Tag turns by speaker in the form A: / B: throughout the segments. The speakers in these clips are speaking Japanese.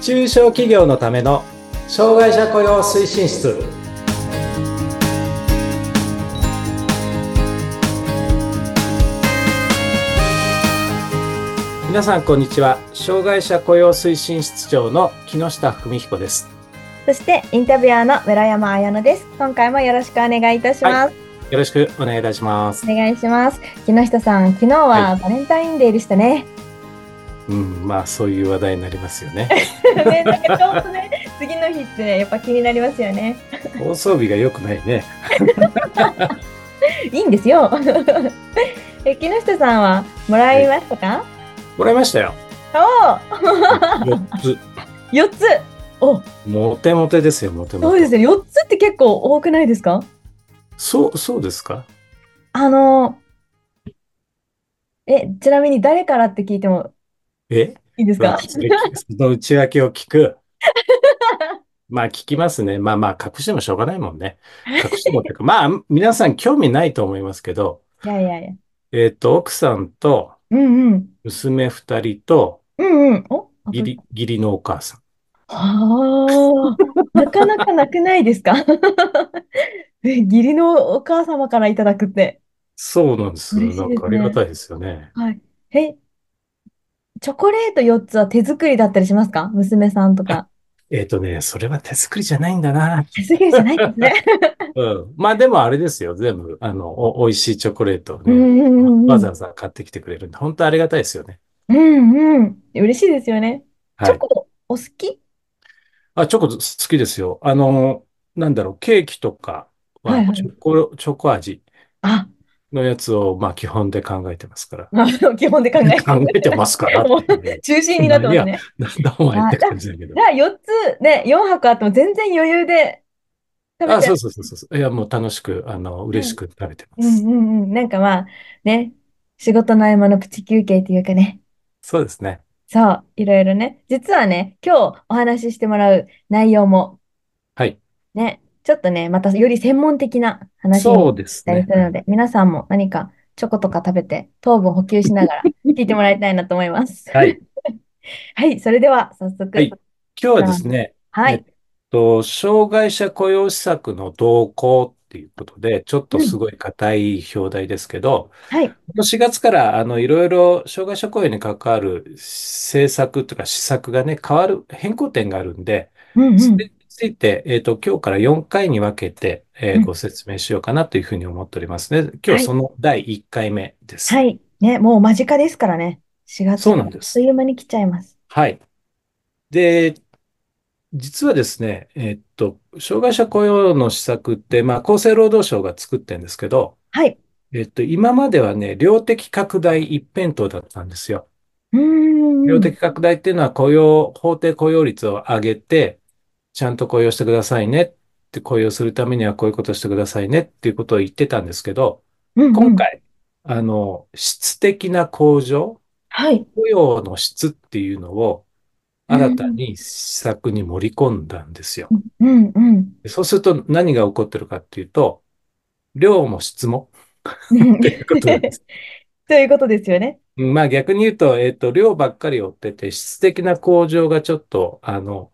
A: 中小企業のための障害者雇用推進室皆さんこんにちは障害者雇用推進室長の木下文彦です
B: そしてインタビュアーの村山彩乃です。今回もよろしくお願いいたします。
A: よろしくお願いいたします、
B: お願いします。木下さん、昨日ははバレンタインデーでした ね。
A: うん、まあそういう話題になりますよね
B: ね、なんかちょうどね、次の日ってね、やっぱ気になりますよね。
A: 放送日が良くないね
B: いいんですよ。 え、木下さんはもらいましたか。
A: もらいました よ
B: お
A: 4つ
B: お、四つ。お、
A: モテモテですよモテモテ
B: そうですね。四つって結構多くないですか。
A: そうそうですか
B: あの。え、ちなみに誰からって聞いても
A: え
B: いいですか。
A: その内訳を聞く。 まあ聞きますね。まあまあ隠してもしょうがないもんね。隠してもっていう か、まあ皆さん興味ないと思いますけど、
B: いやいやいや。
A: えっと、奥さんと
B: うんうん。
A: 娘二人と
B: うんうん。お。
A: 義理、義理のお母さん。
B: はあ、なかなかなくないですか え義理のお母様からいただくって。
A: そうなんですよ。
B: 嬉しいです
A: な
B: ね
A: んかありがたいですよね。
B: はい。え、チョコレート4つは手作りだったりしますか娘さんとか。
A: えっとね、それは手作りじゃないんだな。
B: 手作りじゃないんですね。
A: うん。まあでもあれですよ。全部、あの、お、美味しいチョコレートを
B: うん
A: ね、
B: うんうん
A: わざわざ買ってきてくれるんで、本当ありがたいですよね。
B: うんうん。嬉しいですよね。
A: はい
B: チョコお好き
A: あ、チョコ好きですよ。あの、なんだろう、ケーキとかは
B: はいはい
A: チョコ、チョコ味
B: あ、
A: のやつを、まあ、基本で考えてますから。
B: あの基本で考えて。
A: 考えてますからって いうね
B: 中心になってますね。
A: なんだお前って感じだけど
B: じ。ゃあ4つね、4箱あっても全然余裕で食べ
A: あ、
B: ちゃ
A: そううそうそうそう。いや、もう楽しく、あの、嬉しく食べてま
B: う
A: す。
B: んうんうん。なんかまあ、ね、仕事の合間のプチ休憩というかね、
A: そうですね。
B: そう、いろいろね。実はね、今日お話ししてもらう内容も、
A: はい。
B: ね、ちょっとね、またより専門的な話に
A: そうです
B: なったり
A: ね。
B: するので、皆さんも何かチョコとか食べて、糖分補給しなが ら聞いてもらいたいなと思います。
A: はい。
B: はい、それでは早速、
A: はい今日はですね、
B: はい、
A: えっと、障害者雇用施策の動向っていうことで、ちょっとすごい硬い表題ですけど、
B: はい、
A: この4月から、あの、いろいろ障害者雇用に関わる政策とか施策がね、変わる、変更点があるんで、
B: うんうん、
A: それについて、えっと、今日から4回に分けて、えー
B: うん
A: ご説明しようかなというふうに思っておりますね。今
B: はい
A: 日その第1回目です。
B: はい、ね、もう間近ですからね、4月
A: そうなんで
B: あっ
A: す
B: という間に来ちゃいます。
A: はい。で、実はですね、えっと、障害者雇用の施策って、まあ、厚生労働省が作ってるんですけど、
B: はい、
A: えっと、今まではね、量的拡大一辺倒だったんですよ。
B: うーん、
A: 量的拡大っていうのは雇用、法定雇用率を上げて、ちゃんと雇用してくださいねって、雇用するためにはこういうことしてくださいねっていうことを言ってたんですけど、
B: うんうん
A: 今回、あの、質的な向上、
B: はい。
A: 雇用の質っていうのを新たに施策に盛り込んだんですよ。
B: うんうん。
A: そうすると何が起こってるかっていうと、量も質もっていうことなんです。
B: ということですよね。
A: うんまあ逆に言うと、えっと、量ばっかり追ってて、質的な向上がちょっと、あの、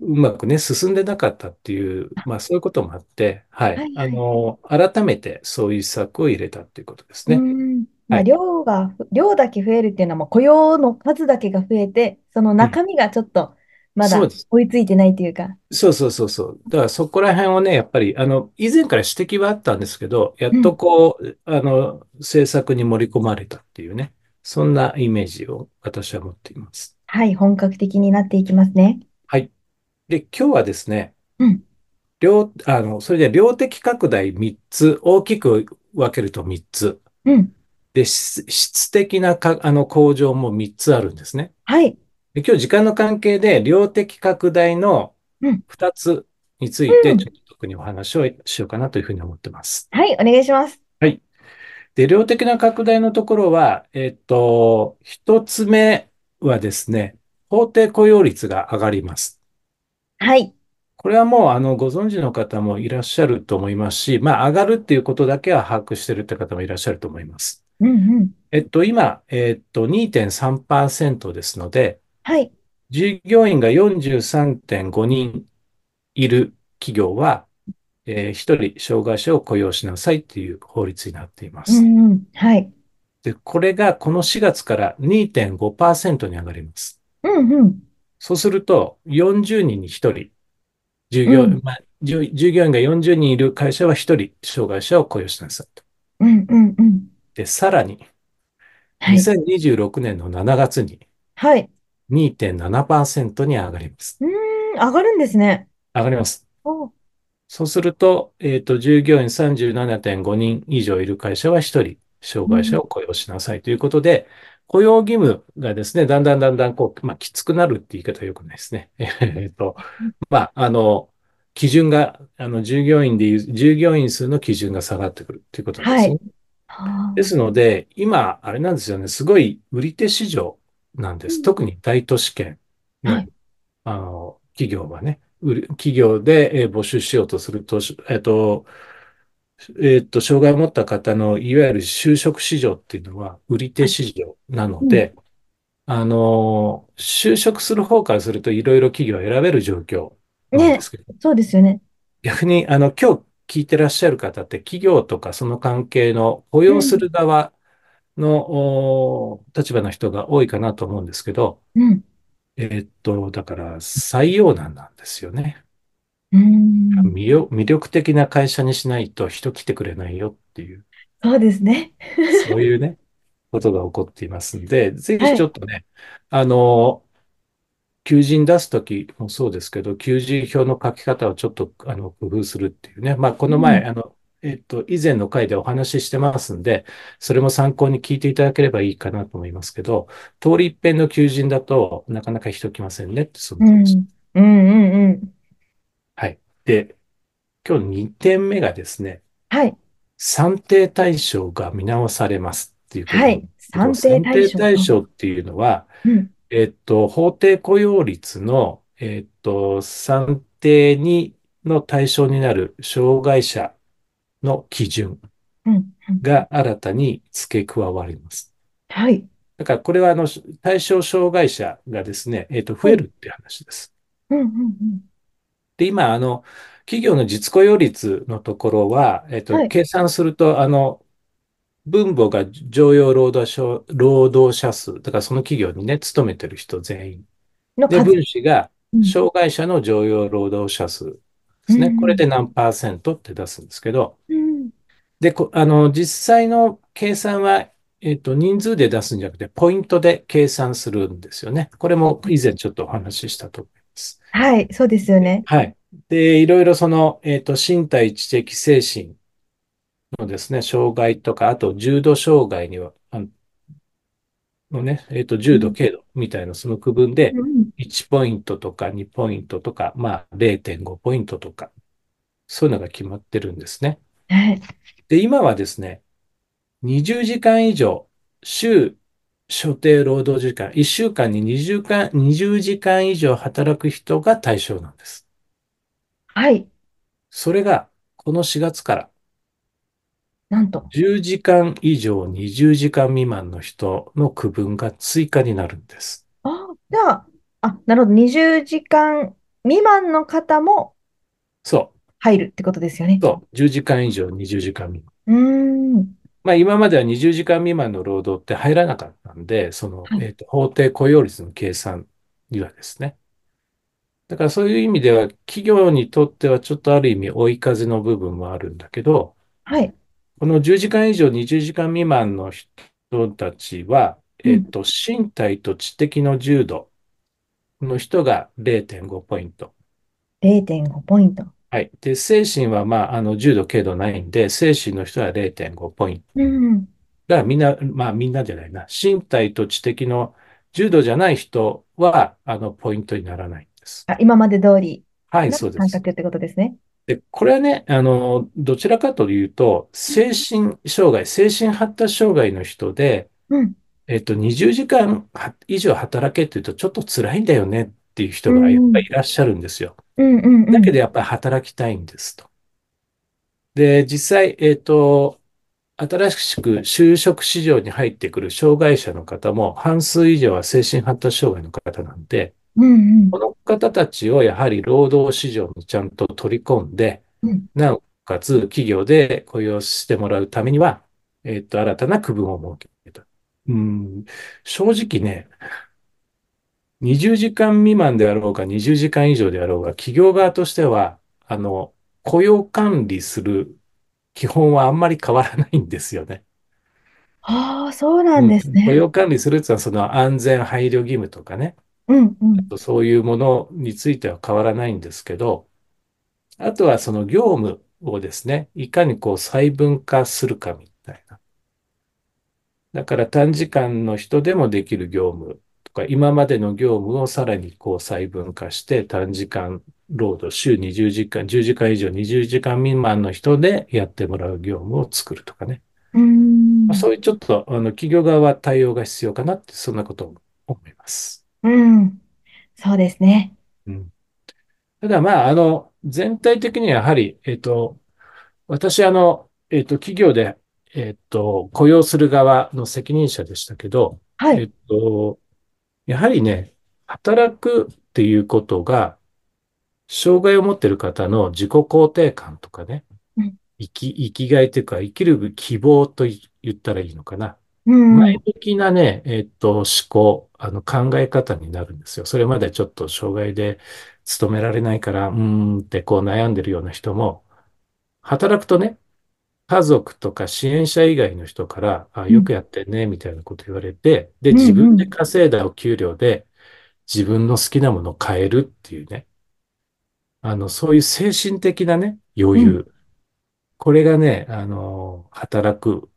A: うまくね、進んでなかったっていう、まあそういうこともあって、はい。
B: はいは
A: あ
B: い
A: の、改めてそういう施策を入れたっていうことですね。
B: うん。まあ、
A: はい
B: 量が、量だけ増えるっていうのは、まあ、雇用の数だけが増えて、その中身がちょっとまだ
A: そうです
B: 追いついてないというか。
A: そうそうそうそう。だからそこら辺をね、やっぱり、あの、以前から指摘はあったんですけど、やっとこう、あの、政策に盛り込まれたっていうね、そんなイメージを私は持っています。
B: はい、本格的になっていきますね。
A: で、今日はですね
B: うん、
A: 量、あの、それで量的拡大3つ、大きく分けると3つ。
B: うん。
A: で、質質的なか、あの、向上も3つあるんですね。
B: はい。
A: で、今日時間の関係で、量的拡大の
B: うん
A: 2つについて、ちょっと特にお話をしようかなというふうに思ってます。
B: はい、お願いします。
A: で、量的な拡大のところは、えっと、一つ目はですね、法定雇用率が上がります。
B: はい。
A: これはもう、あの、ご存知の方もいらっしゃると思いますし、まあ、上がるっていうことだけは把握してるって方もいらっしゃると思います。
B: うんうん。
A: えっと、今、えっと、2.3%ですので、
B: はい。
A: 従業員が43.5人いる企業は、え1人障害者を雇用しなさいっていう法律になっていま
B: う
A: す。
B: んうん。はい。
A: で、これがこの4月から2.5%に上がります。
B: うんうん。
A: そうすると、40人に1人、従
B: う
A: 業、
B: ん。
A: まあ、従従業員が40人いる会社は1人障害者を雇用しなさいと。
B: うんうんうん。
A: で、さらに、
B: はい。
A: 2026年の7月に
B: はい。
A: 2.7%に上がります。
B: うーん、上がるんですね。
A: 上がります。
B: おう。
A: そうすると、えっと、従業員37.5人以上いる会社は1人障
B: う
A: 害
B: ん。
A: 者を雇用しなさいということで、雇用義務がですね、だんだんだんだんこう、まあ、きつくなるって言い方は良くないですね。 えっと、まあ、あの、基準が、あの、従業員でいう、従業員数の基準が下がってくるということで
B: は
A: す
B: い。
A: ね。で
B: は
A: すので、今、あれなんですよね、すごい売り手市場なんで
B: う
A: す。
B: ん
A: 特に大都市圏
B: は
A: の、
B: い。
A: あの、企業はね、売り企業でえー募集しようとすると、しえっと、えっと、障害を持った方のいわゆる就職市場っていうのは売り手
B: はい。
A: 市場なの
B: うん。
A: で、あの、就職する方からするといろいろ企業を選べる状況なんで
B: ね。
A: すけど、
B: そうですよね。
A: 逆に、あの、今日聞いてらっしゃる方って企業とかその関係の雇
B: う
A: 用す
B: ん。
A: る側のお立場の人が多いかなと思うんですけど、
B: うん。
A: えっと、だから採用難なんですよね。
B: うーん。
A: 魅力魅力的な会社にしないと人来てくれないよっていう、
B: そうですね。
A: そういうね、ことが起こっていますんで、ぜひ
B: は
A: ちょ
B: い。
A: っとね、あの、求人出すときもそうですけど、求人票の書き方をちょっとあの工夫するっていうね、まあ、こ
B: う
A: の前、
B: ん。
A: あの、えっと、以前の回でお話ししてますんで、それも参考に聞いていただければいいかなと思いますけど、通り一遍の求人だとなかなか人来ませんねって、その
B: う
A: 通りです。
B: ん。うんうんうん。
A: はい。で、今日2点目がですね、
B: はい。
A: 算定対象が見直されますっていうこと
B: は
A: なんで
B: い。
A: すけど、
B: 算定
A: 算
B: 対
A: 定
B: 象。
A: 対
B: うん。
A: 象っていうのは、
B: うん。
A: えっと、法定雇用率の、えっと、算定に、の対象になる障害者の基準
B: うん。うん
A: が新たに付け加わります。
B: はい。
A: だから、これは、あの、対象障害者がですね、えっと、増
B: は
A: え
B: い。
A: るって話です。
B: うんうんうん。
A: で、今、あの、企業の実雇用率のところは、えっと、
B: はい。
A: 計算すると、あの、分母が常用労働者、労働者数、だからその企業にね、勤めてる人全員。
B: の
A: で、
B: 数。
A: 分子が
B: うん。
A: 障害者の常用労働者数で
B: う
A: すね。これ
B: ん。
A: で何パーセントって出すんですけど、
B: うん。
A: で、こあの、実際の計算は、えっと、人数で出すんじゃなくて、ポイントで計算するんですよね。これも以前ちょっとお話ししたと思います。
B: はい。そうですよね。
A: はい。で、いろいろその、えっと、身体、知的、精神のですね、障害とか、あと、重度障害には、あののね、えっと、
B: う
A: 重度、
B: ん。
A: 軽度みたいなその区分
B: う
A: で、
B: ん。
A: 1ポイントとか2ポイントとか、まあ0.5ポイントとか、そういうのが決まってるんですね。
B: はい。
A: で、今はですね、20時間以上、週所定労働時間、1週間に20時間、20時間以上働く人が対象なんです。
B: はい。
A: それが、この4月から
B: なんと。
A: 10時間以上20時間未満の人の区分が追加になるんです。
B: あ、じゃあ、あ、なるほど。20時間未満の方も
A: そう。
B: 入るってことですよね。
A: そう。10時間以上20時間未満。
B: うーん。
A: まあ、今までは20時間未満の労働って入らなかったんで、その、
B: はい。
A: えっと、法定雇用率の計算にはですね。だからそういう意味では、企業にとってはちょっとある意味追い風の部分もあるんだけど、
B: はい。
A: この10時間以上20時間未満の人たちは、
B: う
A: えっ
B: ん。
A: と、身体と知的の重度の人が0.5ポイント。
B: 0.5ポイント。
A: はい。で、精神は、まあ、あの、重度、軽度ないんで、精神の人は0.5ポイント。
B: うん。
A: だからみんな、まあみんなじゃないな、身体と知的の重度じゃない人は、あの、ポイントにならないんです。
B: あ、今まで通り
A: はい、
B: の
A: そうで
B: 感
A: す。
B: 覚ってことですね。
A: で、これはね、あの、どちらかというと、
B: う
A: 精
B: ん。
A: 神障害、精神発達障害の人で、
B: うん
A: えっと、20時間は以上働けっていうと、ちょっと辛いんだよねっていう
B: う
A: 人がやっぱり
B: ん
A: いらっしゃるんですよ。
B: うんうんう
A: だけ
B: ん
A: ど、やっぱり働きたいんですと。で、実際、えっと、新しく就職市場に入ってくる障害者の方も半数以上は精神発達障害の方なんで、
B: うんうん
A: この方たちをやはり労働市場にちゃんと取り込んで、
B: うん
A: なおかつ企業で雇用してもらうためには、えっと、新たな区分を設けた。うん、正直ね、20時間未満であろうが20時間以上であろうが、企業側としては、あの、雇用管理する基本はあんまり変わらないんですよね。
B: ああ、そうなんです
A: うん雇
B: ね。
A: 用管理するっていうのは、その安全配慮義務とかね、
B: うんうん。
A: そういうものについては変わらないんですけど、あとはその業務をですね、いかにこう細分化するかみたいな。だから短時間の人でもできる業務とか、今までの業務をさらにこう細分化して短時間労働、週20時間、10時間以上20時間未満の人でやってもらう業務を作るとかね。
B: うーん。
A: まあそういうちょっとあの企業側は対応が必要かなって、そんなことを思います。
B: うん。そうですね。
A: うんただまあ、あの、全体的にはやはり、えっと、私、あの、えっと、企業で、えっと、雇用する側の責任者でしたけど、
B: は
A: え
B: い。
A: っと、やはりね、働くっていうことが、障害を持っている方の自己肯定感とかね
B: うん、
A: 生き、生きがいというか、生きる希望と言ったらいいのかな。
B: うんう
A: 前
B: ん。
A: 向きなね、えっと、思考、あの、考え方になるんですよ。それまでちょっと障害で勤められないから、うーんってこう悩んでるような人も、働くとね、家族とか支援者以外の人から、あ、
B: う
A: よ
B: ん
A: くやってんね、みたいなこと言われて、で、
B: う
A: 自分で
B: ん
A: 稼いだお給料で自分の好きなものを買えるっていうね、あの、そういう精神的なね、
B: う
A: 余
B: ん。
A: 裕。これがね、あの、働く、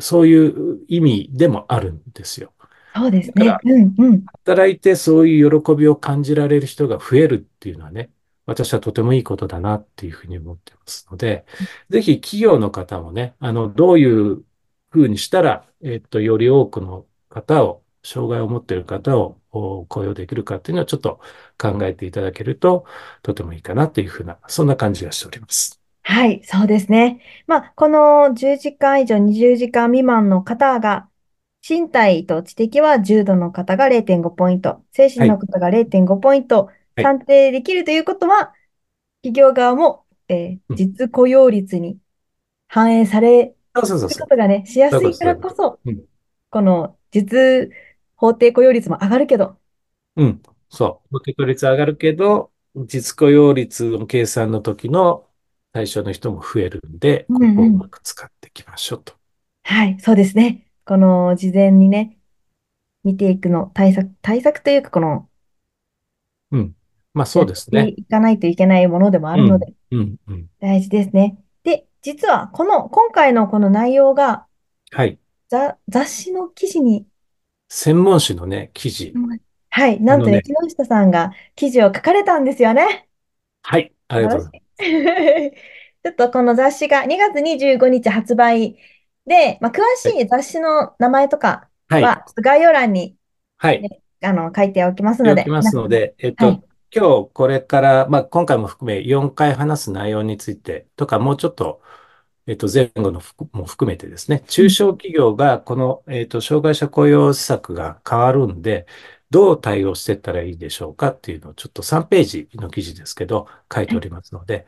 A: そういう意味でもあるんですよ。
B: そうで
A: だ
B: す
A: か
B: ね。
A: ら、
B: うんうん。
A: 働いてそういう喜びを感じられる人が増えるっていうのはね、私はとてもいいことだなっていうふうに思ってますので、ぜひ企業の方もね、あの、どういうふうにしたら、えっと、より多くの方を、障害を持っている方をお雇用できるかっていうのはちょっと考えていただけると、とてもいいかなっていうふうな、そんな感じがしております。
B: はい、そうですね。まあ、この10時間以上20時間未満の方が、身体と知的は重度の方が0.5ポイント、精神
A: は
B: の
A: い。
B: 方が0.5ポイント
A: はい。
B: 算定できるということは、企業側も、えー
A: うん。
B: 実雇用率に反映され
A: そうそうそう
B: る
A: そ
B: こ
A: う。
B: とがね、しや
A: そういう
B: す
A: ことで
B: い
A: す、
B: か
A: そういうこ。う
B: らことそ、
A: ん。
B: この実法定雇用率も上がるけど、
A: うん、そう。受け取り率上がるけど、実雇用率の計算の時の対象の人も増えるんで、
B: う
A: こ
B: ん
A: こ
B: う。
A: をうんまく使っていきましょうと。
B: はい、そうですね。この事前にね、見ていくの、対策、対策というか、この、
A: うん。まあ
B: や
A: そう
B: っ
A: です
B: て
A: ね。
B: いかないといけないものでもあ
A: う
B: るの
A: ん、
B: で、
A: うん、うん。
B: 大事ですね。で、実は、この、今回のこの内容が、
A: はい。
B: ざ雑誌の記事に、
A: 専門誌のね、記事。
B: うんはい、
A: あ
B: なん
A: の
B: と
A: ね、
B: 木下さんが記事を書かれたんですよね。
A: はい。あ
B: 素
A: りがと
B: 晴ら
A: うござ
B: し
A: い
B: い。
A: ます。
B: ちょっとこの雑誌が2月25日発売で、まあ、詳
A: はい。
B: しい雑誌の名前とか
A: はい。
B: は、ちょっと概要欄に、
A: はい。
B: ね、あの、書いておきます
A: して
B: の
A: おき
B: で、
A: ます
B: 皆さ
A: の
B: ん、
A: で、えっ
B: はい。
A: と、今日これから、まあ今回も含め4回話す内容についてとか、もうちょっと、えっと、前後のふくも含めてですね、
B: う
A: 中
B: ん
A: 小企業がこの、えっと、障害者雇用施策が変わるんで、どう対応していったらいいでしょうかっていうのをちょっと3ページの記事ですけど、書い
B: は
A: てお
B: い
A: りますので、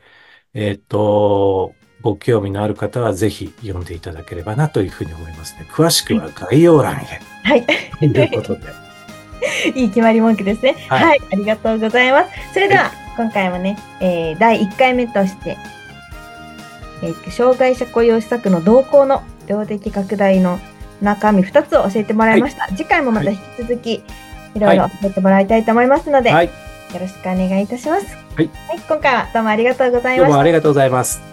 A: えっと、ご興味のある方はぜひ読んでいただければなというふうに思いますね。詳しくは概要欄へ
B: はい。
A: ということで。
B: いい決まり文句ですね。
A: は。
B: はいい、ありがとうございます。それ
A: は
B: で
A: い。
B: は、今回もね、えー第1回目として、えー障害者雇用施策の動向の量的拡大の中身2つを教えてもら
A: は
B: いま
A: い。
B: した。次回もま
A: は
B: た
A: い。
B: 引き続き、いろ
A: はい
B: ろ
A: い。
B: 教えてもらいたいと思います ので、
A: はい。
B: よろしくお願いいたします。
A: はい
B: はい、今回はどうもありがとうござい
A: どうも
B: ま
A: あ
B: した。
A: りがとうございます。